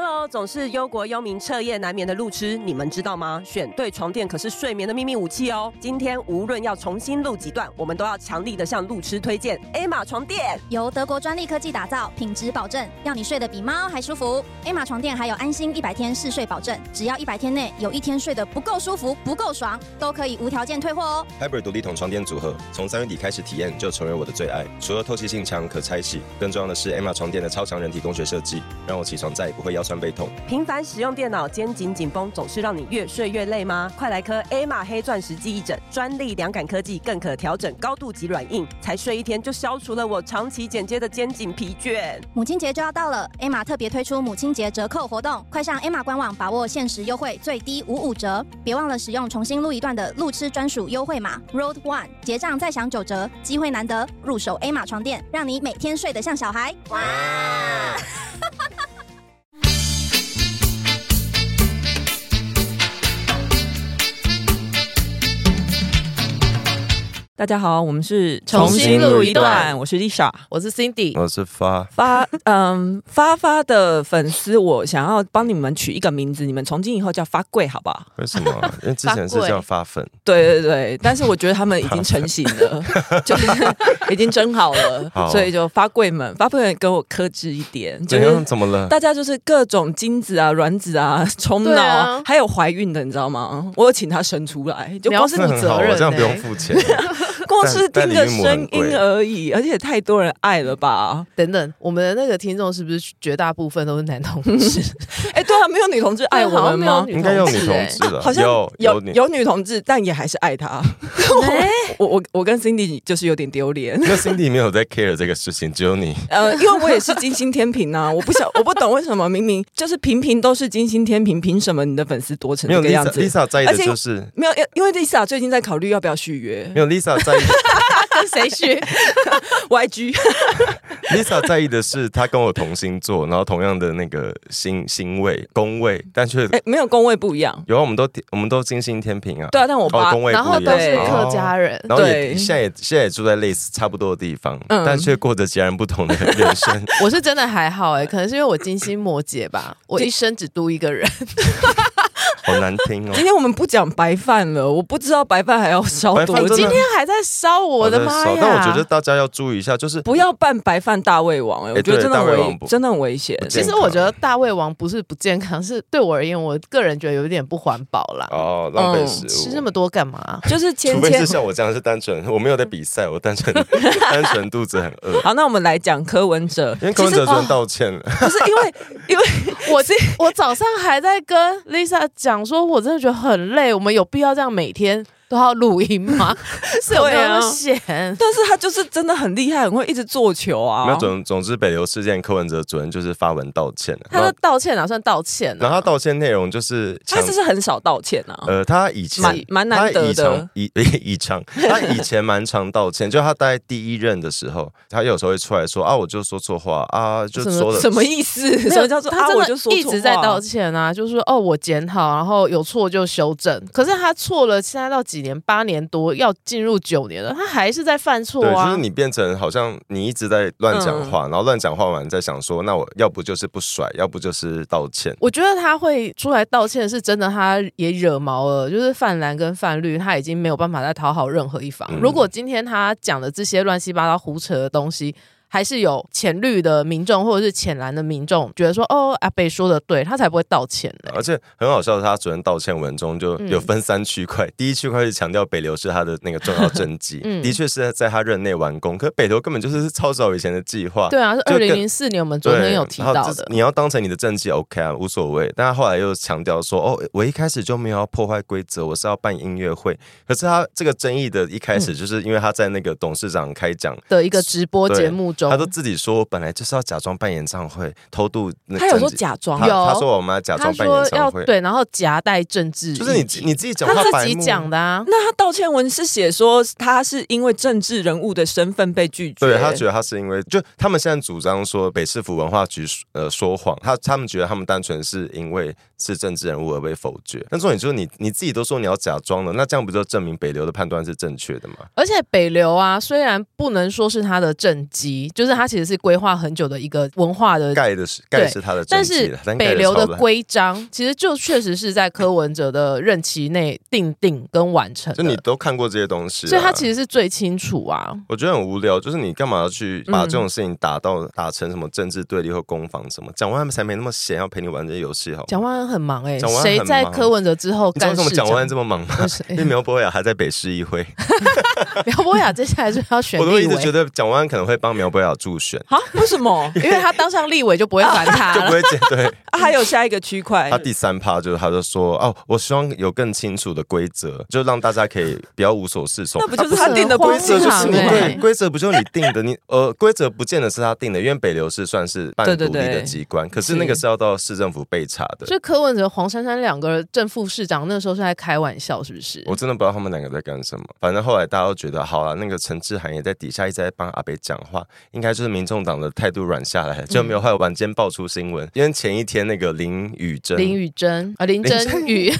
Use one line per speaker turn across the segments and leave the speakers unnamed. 喽，总是忧国忧民、彻夜难眠的路痴，你们知道吗？选对床垫可是睡眠的秘密武器哦。今天无论要重新录几段，我们都要强力的向路痴推荐 A 玛床垫。
由德国专利科技打造，品质保证，让你睡得比猫还舒服。A 玛床垫还有安心一百天试睡保证，只要一百天内有一天睡得不够舒服、不够爽，都可以无条件退货哦。
Hybrid 独立筒床垫组合，从三月底开始体验就成为我的最爱。除了透气性强、可拆洗，更重要的是 Emma 床垫的超强人体工学设计，让我起床再也不会腰酸背 痛。
频繁使用电脑，肩颈紧绷，总是让你越睡越累吗？快来颗 A 玛黑钻石记忆枕，专利凉感科技，更可调整高度及软硬，才睡一天就消除了我长期剪接的肩颈疲倦。
母亲节就要到了，A 玛特别推出母亲节折扣活动，快上 A 玛官网把握限时优惠，最低五五折。别忘了使用重新录一段的路痴专属优惠码 Road One，结账再享九折，机会难得，入手 A 玛床垫，让你每天睡得像小孩。哇！
大家好，我们是
重新录一段
我是 Lisa。
我是 Cindy，
我是发
发 嗯发发的粉丝，我想要帮你们取一个名字，你们从今以后叫发贵，好不好？
为什么啊？因为之前是叫发粉，
对对对，但是我觉得他们已经成型了， 就是已经蒸好了，
好
所以就发贵们，发贵们跟我克制一点，就
怎样？
是
怎么了？
大家就是各种精子啊、卵子啊、 冲脑、
对啊
还有怀孕的，你知道吗？我有请他生出来，就
你
光
要
是
这
负
很
责
好啊，
任
我这样
欸
不用付钱。
光是
但但
听个
李玉母很
声
贵
音而已，而且太多人爱了吧？
等等，我们的那个听众是不是绝大部分都是男同 志？
哎、对啊，没有女同志爱我们吗？
应 该有女同志
欸
了，
好像
有
有
女。哎
有女同志，但也还是 爱他。我我我跟 Cindy 就是有点丢脸，
那 Cindy 没有在 care 这个事情，只有你。
呃，因为我也是金星天平啊， 我不想我不懂为什么明明就是平平都是金星天平，凭什么你的粉丝多成
没
这
有
个样子？
Lisa，Lisa 在意的
而且
就是
没有，因因为 Lisa 最近在考虑要不要续 约
没有 Lisa 在意的
跟谁学？
YG，
Lisa 在意的是她跟我同星座，然后同样的那个星星位宫位，但却
哎、没有工位不一样，
有啊，我们都我们都金星天平啊。
对啊，但我
哦，
爸、
宫位
然后
不一样哦
都是
对
客家人，
然后也
对
现在也现在也住在类似差不多的地方，
嗯
但却过着截然不同的人生。
我是真的还好哎、可能是因为我金星摩羯吧，我一生只读一个人，
好难听哦！
今天我们不讲白饭了，我不知道白饭还要烧
白饭
多
真
久
的
今。天还在烧， 我的妈
好
呀！
少但我觉得大家要注意一下，就是
不要办白饭大胃王、哎，我
哎
觉得
对
真的
大胃
很
王
危
不
真的很危险。
健
其实
康
我觉得大胃王不是不健康，是对我而言，我个人觉得有点不环保啦。
哦，浪费
嗯
食物，
吃那么多干嘛？
就 是
除
芊
非
芊
是像我这样是单纯，我没有在比赛，我单 纯单纯肚子很饿。
好，那我们来讲柯文哲，
因为柯文哲
其实
昨天
哦
道歉了，
不是因为因为
我我早上还在跟 Lisa 讲说，我真的觉得很累，我们有必要这样每天都要录音 吗？ 是有没有
对
那
啊
么闲？
但是他就是真的很厉害，很会一直做球
哦
啊。
那总总之北流事件，柯文哲昨天就是发文道歉了。
他
然
的
后
道歉哪啊算道歉呢、
然后他道歉内容就是
他
强
就是很少道歉
哦
啊。
呃，他以前
蛮蛮难
他
得
以常
的
以 以常，他以前蛮常道歉，就他在第一任的时候，他有时候会出来说啊，我就说错话啊，就
什么
说了
什么意思？
没
什
有
么叫做
他
啊？
真
我
的
就说
一
错
直在
话
道歉啊，就是说哦，我检讨，然后有错就修正。可是他错了，现在到几年，八年多，要进入九年了，他还是在犯错
对，
啊。
就是你变成好像你一直在乱讲话，然后乱讲话完再想说，那我要不就是不甩，要不就是道歉。
我觉得他会出来道歉，是真的，他也惹毛了，就是泛蓝跟泛绿，他已经没有办法再讨好任何一方。
嗯
如果今天他讲的这些乱七八糟胡扯的东西，还是有浅绿的民众或者是浅蓝的民众觉得说，哦，阿北说的对，他嗯才不会道歉呢、
而且很好笑的是，他昨天道歉文中就有分三区块，第一区块是强调北流是他的那个重要政绩，
嗯
的确是在他任内完工，可北流根本就是超早以前的计划，
对啊，是
就
二
跟
零零四年我们昨
对
天有提
然后
到
这
的。
你要当成你的政绩 OK 啊，无所谓。但他后来又强调说，哦，我一开始就没有要破坏规则，我是要办音乐会。可是他这个争议的一开
嗯
始，就是因为他在那个董事长开讲，
的一个直播节目中
他，都自己说，我本来就是要假装办演唱会，偷渡那
他有时
政
候
绩
假装
他
有哦
他说我们要假
他
装办
说
演
要
唱会，，
对，然后夹带政治意
就是你
义
你自己讲话
他自
白
己
目
讲。的啊。
那他道歉文是写说他是因为政治人物的身份被拒绝，
对他觉得他是因为，就他们现在主张说北市府文化局呃说谎，他他们觉得他们单纯是因为是政治人物而被否决。但重点就是你你自己都说你要假装了，那这样不就证明北流的判断是正确的吗？
而且北流啊，虽然不能说是他的政绩，就是它其实是规划很久的一个文化的
盖的是盖是他的政
但
绩
是
啦，但盖
北
得
流
超
的
烂
规章，其实就确实是在柯文哲的任期内定定跟完成
就你啊
的，
都看过这些东西啦，
所以他其实是最清楚啊。
我觉得很无聊，就是你干嘛要去把这种事情打到、打成什么政治对立或攻防什么？蒋万安才没那么闲，要陪你玩这些游戏好吗？
蒋万安很忙哎、
蒋万安
谁
很
在
忙
柯文哲之后
你知道
干
为
事
什么
长？
蒋万安这么 忙吗？
不是
因为苗博雅还在北市议会，
苗博雅啊接下来就要选
我
立
都
委，
一直觉得蒋万安可能会帮苗博雅助选，
啊？为什 么？
因为他当上立委就不会烦他
就不
了。
会解 对。
啊还有下一个区块
他，第三趴就是他就说哦，我希望有更清楚的规则，就让大家可以不要无所适从啊
那。不就是他定的
不
规
规则
则
是
就是
就
是
很
你
你
荒唐欸
对，规则不就是你定的？你呃，规则不见得是他定的，因为北流是算是半
对
独
对
立的
对
机关，可是那个
是
是要到市政府备查的。
所以柯文哲、黄珊珊两个正副市长那时候是在开玩笑，是不是？
我真的不知道他们两个在干什么。反正后来大家都觉得，好了，那个陈志涵也在底下一直在帮阿北讲话，应该就是民众党的态度软下来了，就
嗯
没有后来晚间爆出新闻，因为前一天那个林宇珍，
林宇珍啊，林真 宇，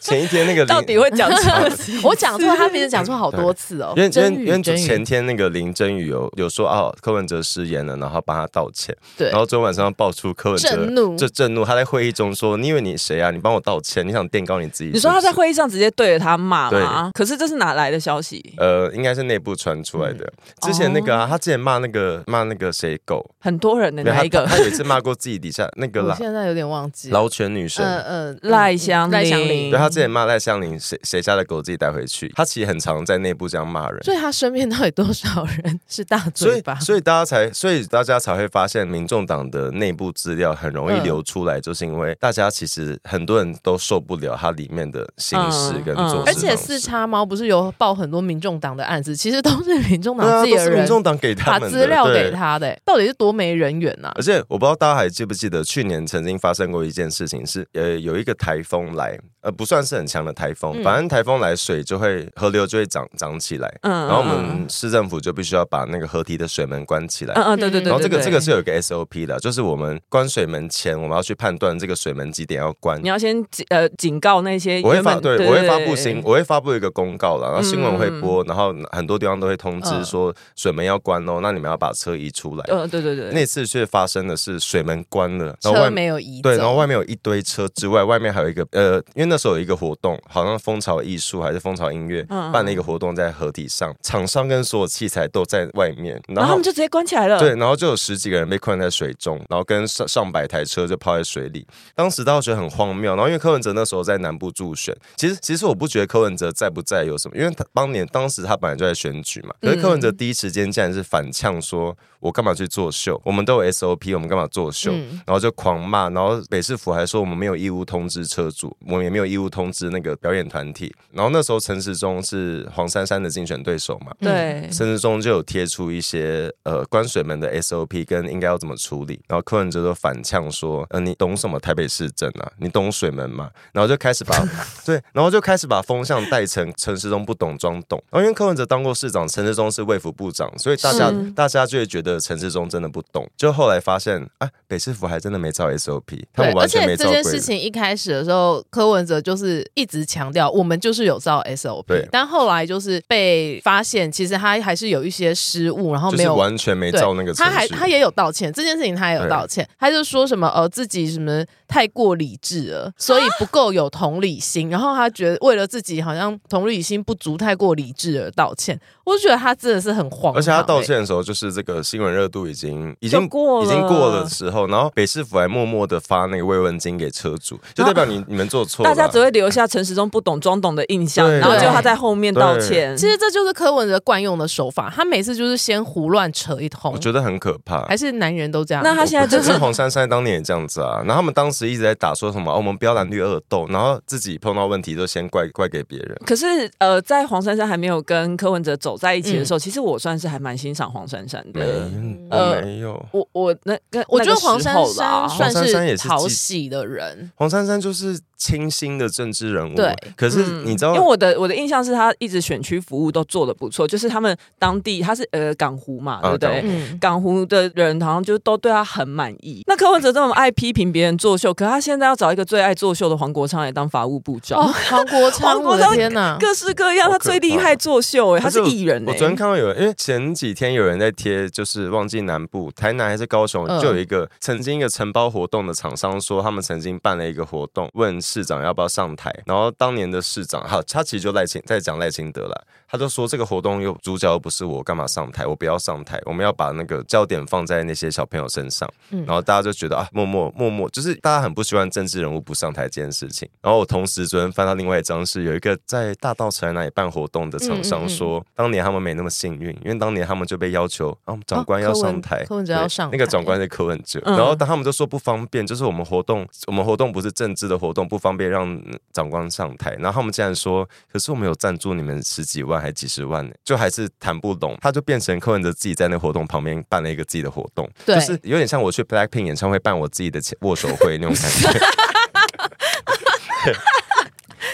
前一天那个林
到底会 讲什么？
我讲错，他名字讲错好多次哦。
因为因
真
为
宇
因为
真宇
前天那个林真宇有有说哦，柯文哲失言了，然后帮他道歉，
对
然后昨天晚上爆出柯文哲
震怒
这震怒，他在会议中说：“你以为你谁啊？你帮我道歉，你想垫高你自己是不
你
是？”
说他在会议上直接对着他骂吗？可是这是哪来的消息？
呃，应该是内部传出来的。
哦
之前那个啊，他之前骂那个骂那个谁狗，
很多人的
没有
哪
他
一个
他？他有一次骂过自己底下那个
我
啦
现在有点忘记。
劳权女
嗯
生。
呃
嗯，
赖香
赖香
林
林
对他之前骂赖香林，谁谁家的狗自己带回去，他其实很常在内部这样骂人，
所以他身边到底多少人是大
所以
嘴巴？
所以大家才所以大家才会发现，民众党的内部资料很容易
嗯
流出来，就是因为大家其实很多人都受不了它里面的形式跟
嗯嗯
做事方式，
而且四叉猫不是有报很多民众党的案子，其实都是民众党自己
对啊，都
的
是民
人
众党给
把
他们的
资料给
对呃
他的，到底是多没人缘啊呐？
而且我不知道大家还记不记得，去年曾经发生过一件事情是，呃，有一个台风来，呃，不算是很强的台风，
嗯
反正台风来水就会河流就会涨涨起来，
嗯
然后我们市政府就必须要把那个河堤的水门关起来。
嗯嗯，对对对，
然后这个
对
这个是有一个 SOP 的，就是我们关水门前，我们要去判断这个水门几点要关
你。要先警呃警告那些
我会
原本
发对，我会发布新，我会发布一个公告了，然后新闻会
嗯
播，然后很多地方都会通知
嗯
说水门要关哦，那你们要把车移出来。
呃对对对，
那次却发生的是水门关了，然后外
车
面。
没有移
对，然后
走，
外面有一堆车之外，外面还有一个呃，因为那时候有一个活动，好像蜂巢艺术还是蜂巢音乐、
嗯嗯
办了一个活动在合体上，厂商跟所有器材都在外面，然
然后他
后
们。就直接关起 来了，
对，然后就有十几个人被困在水中，然后跟上上百台车就泡在水里。当时大家觉得很荒谬。然后因为柯文哲那时候在南部助选，其实其实我不觉得柯文哲在不在有什么，因为他当年当时他本来就在选举嘛。可是柯文哲第一时间竟然是反呛说：“我干嘛去作秀？我们都有 SOP，我们干嘛作秀？”
嗯
然后就狂骂，然后北市府还说我们没有义务通知车主，我们也没有义务通知那个表演团体。然后那时候陈时中是黄珊珊的竞选对手嘛，
对，
陈时中就有贴出一些呃关水门的 SOP 跟应该要怎么处理，然后柯文哲就反呛说，呃，你懂什么台北市政啊？你懂水门吗？然后就开始 把对，然后就开始把风向带成陈时中不懂装懂。然后因为柯文哲当过市长，陈时中是卫福部长，所以大家
是
大家就会觉得陈时中真的不懂。就后来发现，啊，北市府还真的没照 SOP，他
对
们，
而
完全
且
没
这
照规
件
则
事。情一开始的时候，柯文哲就是一直强调我们就是有照 SOP，
对
但后来就是被发现，其实他还是有一些失误，然后
就
哦没
是
有
完全没
对
照那个程
他
序，
还他也有道歉，这件事情他也有
对
道歉，他就说什么呃自己什么太过理智了，所以不够有同理心，然后他觉得为了自己好像同理心不足、太过理智而道歉，我就觉得他真的是很荒唐欸、
而且他道歉的时候，就是这个新闻热度已经已
就
经
过了
已经过了的时候，然后北市府还默默的发那个慰问金给车主，就代表你你们做错了。
大家只会留下陈时中不懂装懂的印象，
对
然后就他在后面道歉。
其实这就是柯文哲惯用的手法，他每次就是先胡乱扯一通
我，觉得很可怕。
还是男人都这样。
那他现在就
因为
是
黄珊珊当年也这样子啊，然后他们当时一直在打说什么、哦、我们不要蓝绿恶斗，然后自己碰到问题就先怪怪给别人。
可是，呃，在黄珊珊还没有跟柯文哲走在一起的
嗯
时候，其实我算是还蛮欣赏黄珊珊
没
的。，呃
我没有。
我我那跟
我觉得黄
那
珊
个时候啦
珊算
黄珊珊也是
讨
记
喜的人，
黄珊珊就是清新的政政治人物啊
对，
可是
嗯
你知道
因为，我的我的印象是他一直选区服务都做的不错，就是他们当地他是呃港湖嘛，对
啊
不
港
对？
湖
嗯，
港湖的人好像就都对他很满意。那柯文哲这么爱批评别人作秀，可他现在要找一个最爱作秀的黄国昌来当法务部长，
哦，黄国昌，
黄国
我的
昌
天哪！
各式各样，
好
他
可
最厉害作秀哎、他
可是
是艺人哎、
我昨天看到有人，因为前几天有人在贴，就是忘记南部、台南还是高雄，
嗯
就有一个曾经一个承包活动的厂商说，他们曾经办了一个活动，问市长要不要上台，然后当年的市长，好，他其实就赖清在讲赖清德了，他就说这个活动又主角又不是我，干嘛上台？我不要上台，我们要把那个焦点放在那些小朋友身上。
嗯
然后大家就觉得啊，默默默默，就是大家很不喜欢政治人物不上台这件事情。然后我同时昨天翻到另外一张是有一个在大道城那里办活动的厂
嗯嗯嗯
商说，当年他们没那么幸运，因为当年他们就被要求，啊，长官要上台，
哦柯文柯文哲要上台
对那个长官是柯文哲。
嗯
然后当他们就说不方便，就是我们活动，我们活动不是政治的活动，不方便让嗯长官上台。然后他们竟然说，可是我们有赞助你们十几万还几十万呢，就还是谈不拢。他就变成柯文哲自己在那活动旁边办了一个自己的活动。
对
就是有点像我去 Blackpink 演唱会办我自己的前握手会那种感觉。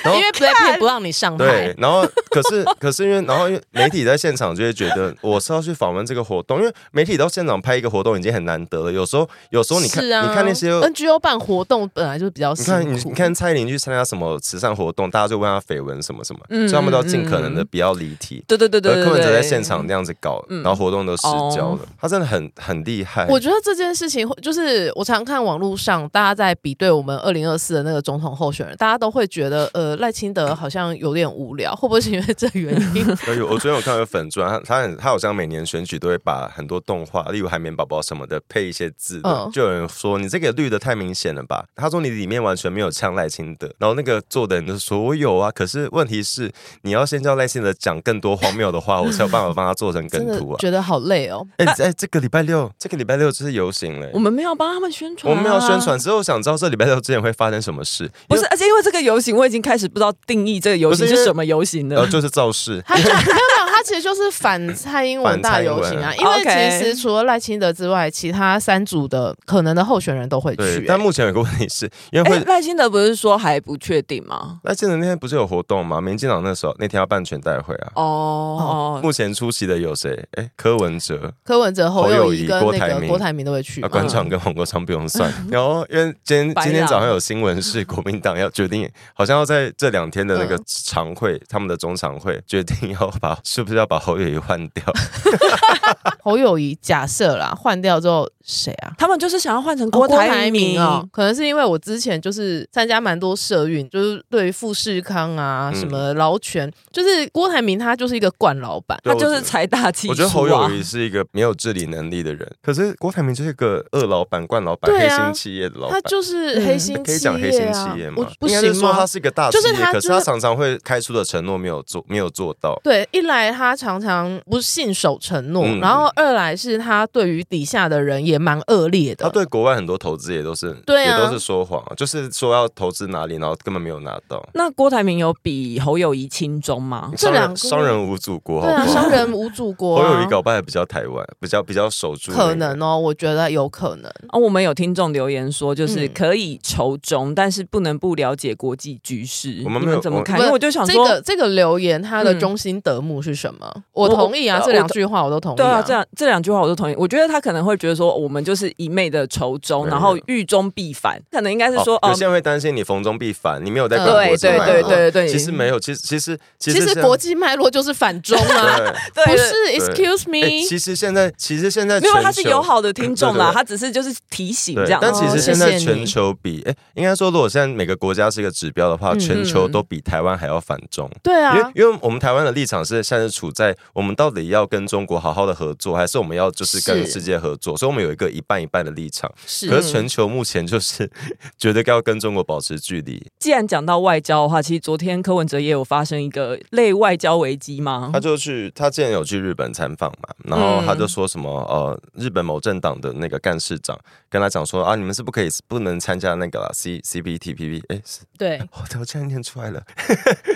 然后
因为 Blackpink 不让你上台
对，，然后可是可是因为然后因为媒体在现场就会觉得我是要去访问这个活动，因为媒体到现场拍一个活动已经很难得了，有时候有时候你看、
是啊，
你看那些。
嗯
NGO 办活动本来就比较
你
辛
看，
苦，
你你看蔡依林去参加什么慈善活动，大家就问她绯闻什么什么，所以他们都要尽可能的不要离题。
对对嗯对对
而
对，
柯文哲
对嗯哦
在现场那样子搞，然后活动都失焦了，他真的很很厉害。
我觉得这件事情会，就是我常看网络上大家在比对我们二零二四的那个总统候选人，大家都会觉得，呃，赖清德好像有点无聊，会不会是因为这个原 因？
而且我昨天有看到有粉砖，他他很他好像每年选举都会把很多动画，例如海绵宝宝什么的配一些字的，
嗯
就有人说你这个绿的太明显了吧？他说你里面完全没有呛赖清德，然后那个做的人就说我有啊，可是问题是你要先叫赖清德讲更多荒谬的话，我才有办法帮他做成
真
梗
的
图啊。
觉得好累哦。
哎哎、这个礼拜六，这个礼拜六就是游行了、欸
我们没有帮他们宣传、啊
我们没有宣传，。只是我想知道这礼拜六之前会发生什么事。
不是，而且因为这个游行，我已经开始不知道定义这个游行
不是因
是
为
什么游行
因为，然
了
后。就是造势。
他就没有没有，他其实就是反蔡英文大游行啊，
反
因为
蔡英文
其实除了赖清德之外，其他三组的可能的候选人都会
对
去，、欸
但目前有个问题是，因为会
哎，赖清德不是说还不确定吗？
那记得那天不是有活动吗？民进党那时候那天要办全代会啊。
哦哦，
目前出席的有谁？哎，柯文哲、
柯文哲、侯
侯
友
友
谊
宜
跟
郭
那
台
个
铭
郭台铭都会去
啊，。
嘛
馆长跟黄国昌不用算。
嗯
然后，因为今天
白
今
狼
天早上有新闻是 国民党要决定，好像要在这两天的那个
嗯
常会，他们的中常会决定要把是不是要把侯友宜换 掉？
侯友谊假设啦，换掉之后谁啊？
他们就是想要换成
郭
郭台
台
铭
铭哦，可能是因为我之前就是参加蛮多社运，就是对于富士康啊、
嗯
什么劳权，就是郭台铭他就是一个惯老板，
对
他
我觉
就
得
是财大气粗
我
啊。
觉得侯友宜是一个没有治理能力的人，可是郭台铭就是个恶老板、惯老板、
对
黑
啊
心企业的老
他
板。
就是黑心
可以
企业啊，
讲黑心企业
我
吗？
不
应该是
行
说他
吗？
是一个大企
就是
业，
他
可是
真
他
的
常常会开出的承诺没有做，没有做到。
对，一来他常常不信守承诺，
嗯
然后二来是他对于底下的人也蛮恶劣的。
他对国外很多投资也都是，
对啊
也都是说谎，就是说要投资哪里，然后根本没有拿到。
那郭台铭有比侯友谊轻中吗？
这
商
两个
人商人无祖国，好
对
不
啊，
好？
商人无祖国、
侯
啊，
友谊搞不好也比较台湾，比较比较守住那个。
可能哦，我觉得有可能。
嗯
啊，我们有听众留言说，就是
嗯
可以仇中，但是不能不了解国际局势。
我们
你
没有
怎么
我
看？因为我就想
这
说，
个这个留言，他的
嗯
中心得目是什么？我
我
同意啊，
我
这两句话我都同意、
对啊，这两这两句话我都同意。我觉得他可能会觉得说，我们就是一昧的仇中，然后狱中必反，可能应该是说，
嗯哦
哦
有，些人会担心你逢中必反，你没有在管
嗯
国际脉络
对对对
对对
其实没有，其实其实其
其
实
实
像
国际脉络就是反中啊，
对。
对
不
对
是？Excuse
哎
me，
其实现在，其实现在
没有，
全
他是
球
友好 的听众啦，
对对对
他只是就是提醒
对
这样。
但其
哦
实现
谢
在
谢你
全球比，哎，应该说，如果现在每个国家是一个指标的话，
嗯
全球都比台湾还要反中。
对
因为
啊，
因为我们台湾的立场是现在是处在我们到底要跟中国好好的合作，还是我们要就是跟
是
世界合作，所以我们有一个一半一半的立场。
是
可是全球目前就是 觉得要跟中国保持距离，
嗯
既然讲到外交的话，其实昨天柯文哲也有发生一个类外交危机吗？
他就去，他之前有去日本参访嘛，然后
嗯
他就说什么呃，日本某政党的那个干事长跟他讲说啊，你们是不可以不能参加那个啦 C C B T P P，哎，是
对
我我竟然念出来了，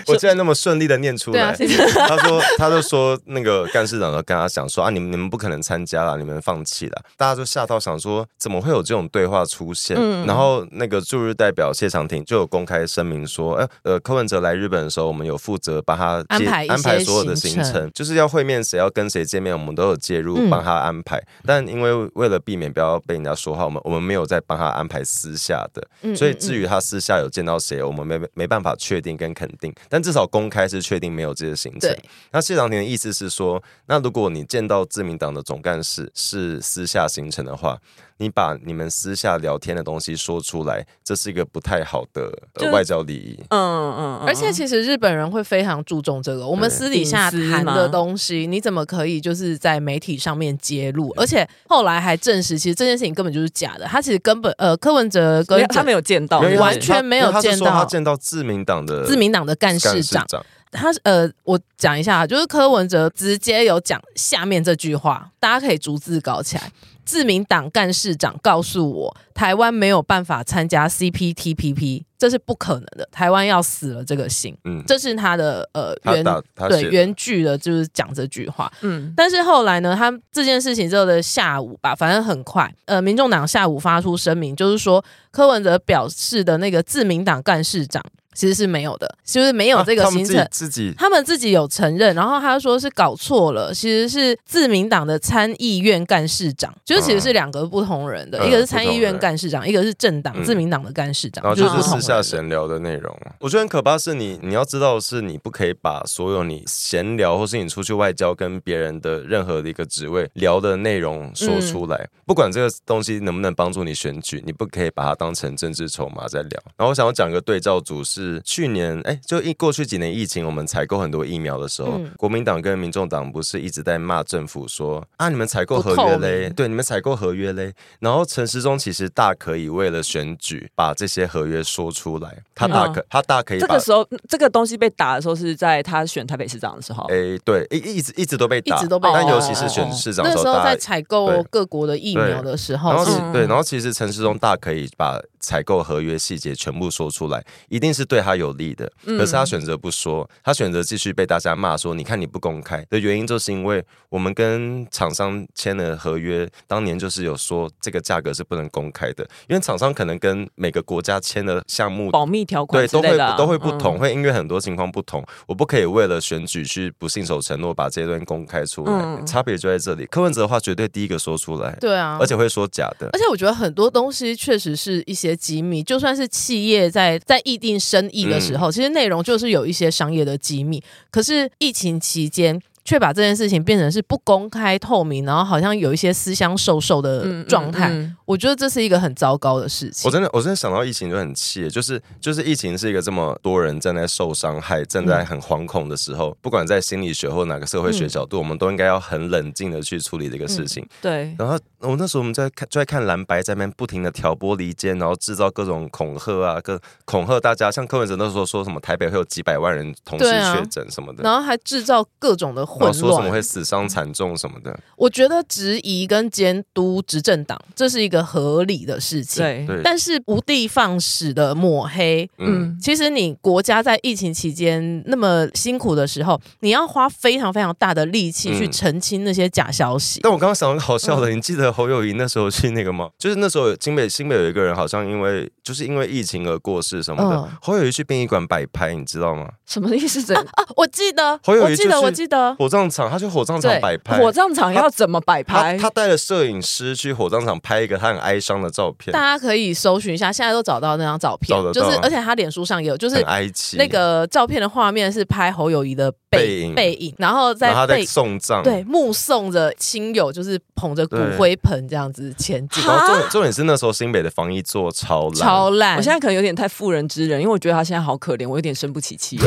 我竟然那么顺利的念出
对啊
来。
，CPTPP
他说，他就就说那个干事长就跟他讲说啊，你们你们不可能参加了，你们放弃了。大家就吓到想说，怎么会有这种对话出现？
嗯
然后那个驻日代表谢长廷就有公开声明说，呃呃，柯文哲来日本的时候，我们有负责帮他
安
接
排一些
安排所有的
行
行
程
程，就是要会面谁要跟谁见面，我们都有介入
嗯
帮他安排。但因为为了避免不要被人家说话，我们我们没有在帮他安排私下的。
嗯
所以
嗯
至于他私下有见到谁，我们没没办法确定跟肯定，但至少公开是确定没有这些行程
对。
那谢长廷的意思是说，那如果你见到自民党的总干事是私下行程的话，你把你们私下聊天的东西说出来，这是一个不太好的、
就
呃、外交礼仪。
嗯嗯，
而且其实日本人会非常注重这个，我们
对
私底下
隐私
谈
嘛
的东西，你怎么可以就是在媒体上面揭
嗯
露？而且后来还证实，其实这件事情根本就是假的。他其实根本呃，柯文哲
没
跟
有他没有见到，
因为他
哦完全没
因
有
为他是
见
说
到
他见到自民党的
自民党的干事长，
长，
他呃，我讲一下，就是柯文哲直接有讲下面这句话，大家可以逐字稿起来。自民党干事长告诉我，台湾没有办法参加 CPTPP，这是不可能的，台湾要死了这个心。
嗯，
这是他的呃
他
原
打他
对
写的
原句的，就是讲这句话。
嗯
但是后来呢，他这件事情之后的下午吧，反正很快，呃，民众党下午发出声明，就是说柯文哲表示的那个自民党干事长其实是没有的，就是没有这个
啊他们
行
自己
程。
自己
他们自己有承认，然后他说是搞错了，其实是自民党的参议院干事长，就是其实是两个不同人的，
嗯
一个是参议
不同
院
人
干事长，一个是政党、
嗯
自民党的干事长，
然后
就
就是
不
是
同
私下
人的
闲聊的内容。啊我觉得很可怕是你，你要知道的是你不可以把所有你闲聊或是你出去外交跟别人的任何的一个职位聊的内容
嗯
说出来，不管这个东西能不能帮助你选举，你不可以把它当成政治筹码在聊。然后我想要讲一个对照组是去年，哎，就一过去几年疫情，我们采购很多疫苗的时候，
嗯
国民党跟民众党不是一直在骂政府说啊，你们采购
不
合
透
约
明
嘞，对，你们采购合约嘞，然后陈时中其实大可以为了选举把这些合约说出来，他大可、他大可以
这
把
个时候嗯这个东西被打的时候是在他选台北市长的时候，
诶对一一直一直都被
一
打，
直都被嗯
打
但尤
哦
其是选市长的
那
时候，
时候
大
在
家
采购
对
各国的疫苗的时
然
候
后
是
其
嗯
对，然后其实陈世忠大可以把采购合约细节全部说出来，一定是对他有利的。可是他选择不说，他选择继续被大家骂说，你看你不公开的原因，就是因为我们跟厂商签了合约，当年就是有说这个价格是不能公开的，因为厂商可能跟每个国家签的项目
保密条款
对，
之
都
类
会
的啊
都会不同，
嗯
会因为很多情况不同，我不可以为了选举去不信守承诺，把这段公开出来，
嗯
差别就在这里。柯文哲的话，绝对第一个说出来，
对啊，
而且会说假的
而。且我觉得很多东西确实是一些机密，就算是企业在在议定生意的
嗯
时候，其实内容就是有一些商业的机密。可是疫情期间却把这件事情变成是不公开透明，然后好像有一些私相授受的状态，
嗯嗯
我觉得这是一个很糟糕的事情。
我真的，我真的想到疫情就很气，就是就是疫情是一个这么多人正在受伤害、正
嗯
在很惶恐的时候，不管在心理学或哪个社会学角度，我们都应该要很冷静的去处理这个
嗯
事情。
对，
然后我那时候我们在看，就在看蓝白在那边不停的挑拨离间，然后制造各种恐吓啊，各恐吓大家。像柯文哲那时候说什么台北会有几百万人同时
对啊
确诊什么的，
然后还制造各种的
然后
混
哦说什么会
乱，
死伤惨重什么的。
我觉得质疑跟监督执政党，这是一个合理的事情。
对，
对，
但是无的放矢的抹黑，
嗯，
其实你国家在疫情期间那么辛苦的时候，你要花非常非常大的力气去
嗯
澄清那些假消息。
但我刚刚想到一个好笑
嗯
的，你记得侯友谊那时候去那个吗？就是那时候有新北新北有一个人好像因为就是因为疫情而过世什么的，
嗯
侯友谊去殡仪馆摆拍，你知道吗？
什么意思？这
啊，我记得，
侯友
我
宜
记
就
得，
是
我记得，
火葬场，他去火葬场
啊对
摆拍，
火葬场要怎么摆
他
拍？
他带了摄影师去火葬场拍一个他很哀伤的照片
大，家可以搜寻一下，现在都找到那张照片
找，得到啊
就是而且他脸书上也有，就是
很哀戚。
那个照片的画面是拍侯友谊的
背
背
影
背影，然后
然后
在
他在
背
送葬，
对目送着亲友，就是捧着骨灰盆这样子前进，
然后重点重点是那时候新北的防疫做超烂，
超烂。
我现在可能有点太妇人之仁，因为我觉得他现在好可怜，我有点生不起气。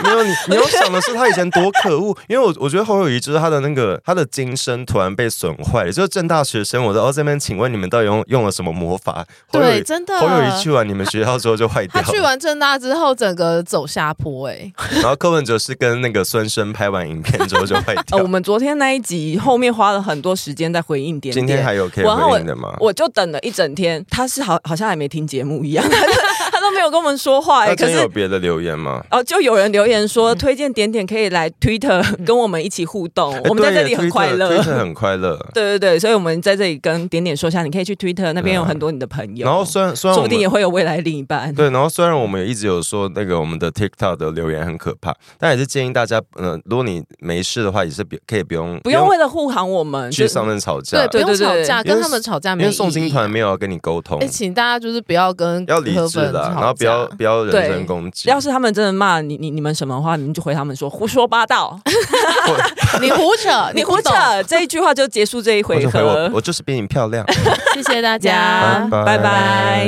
没有你，你要想的是他以前多可恶，因为我我觉得侯友谊就是他的那个他的精神突然被损坏了，就是正大学生，我在哦这边，请问你们到底用用了什么魔法？侯友
对，
谊
真的，
侯友谊去完你们学校之后就 坏掉
他
了，
去完正大之后，整个走下坡、欸，
然后柯文哲是跟那个孙生拍完影片之后就坏
呃，
掉
我。们昨天那一集后面花了很多时间在回应点
今
点，
天还有可以
然后我
回应的吗？
我就等了一整天，他是好好像还没听节目一样，他都 都没有跟我们说话哎、
那
可
真
是
有别的留言吗？
哦，就有人留言说
嗯
推荐点点可以来 Twitter 跟我们一起互动，
哎
我们在
对
这里
耶
很快
Twitter-
乐。
，Twitter 很快乐。
对对对，所以我们在这里跟点点说一下，你可以去 Twitter 那边有很多你的朋友，
哎然后虽然虽然
说
我
不定
们
也会有未来另一半。
对，然后虽然我们也一直有说那个我们的 TikTok 的留言很可怕，但也是建议大家，呃，如果你没事的话，也是别可以不用
不用为了护航我们，
去
就
上面吵架
对，，不
对
用
对
吵
对
架，
因为
跟他们吵架
因
没
为
意义。
宋金团没有跟你沟通
哎，，请大家就是不要跟
要理
柯
智
粉
啦，
吵
然后不要
架
不要人
对
身攻击，
要是他们真的骂你你你们什么的话，你们就回他们说胡说 八道，
你胡扯，
你
不
胡扯
懂，
这一句话就结束这一
我
回
就回我，
合。
我就是比你漂 亮，
谢谢大
呀
家。
拜拜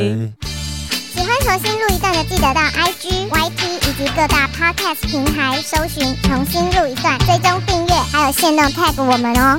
喜欢重新录一段的，记得到 IG、YT 以及各大 Podcast 平台搜寻“重新录一段”，追踪订阅，还有限定 tag 我们哦。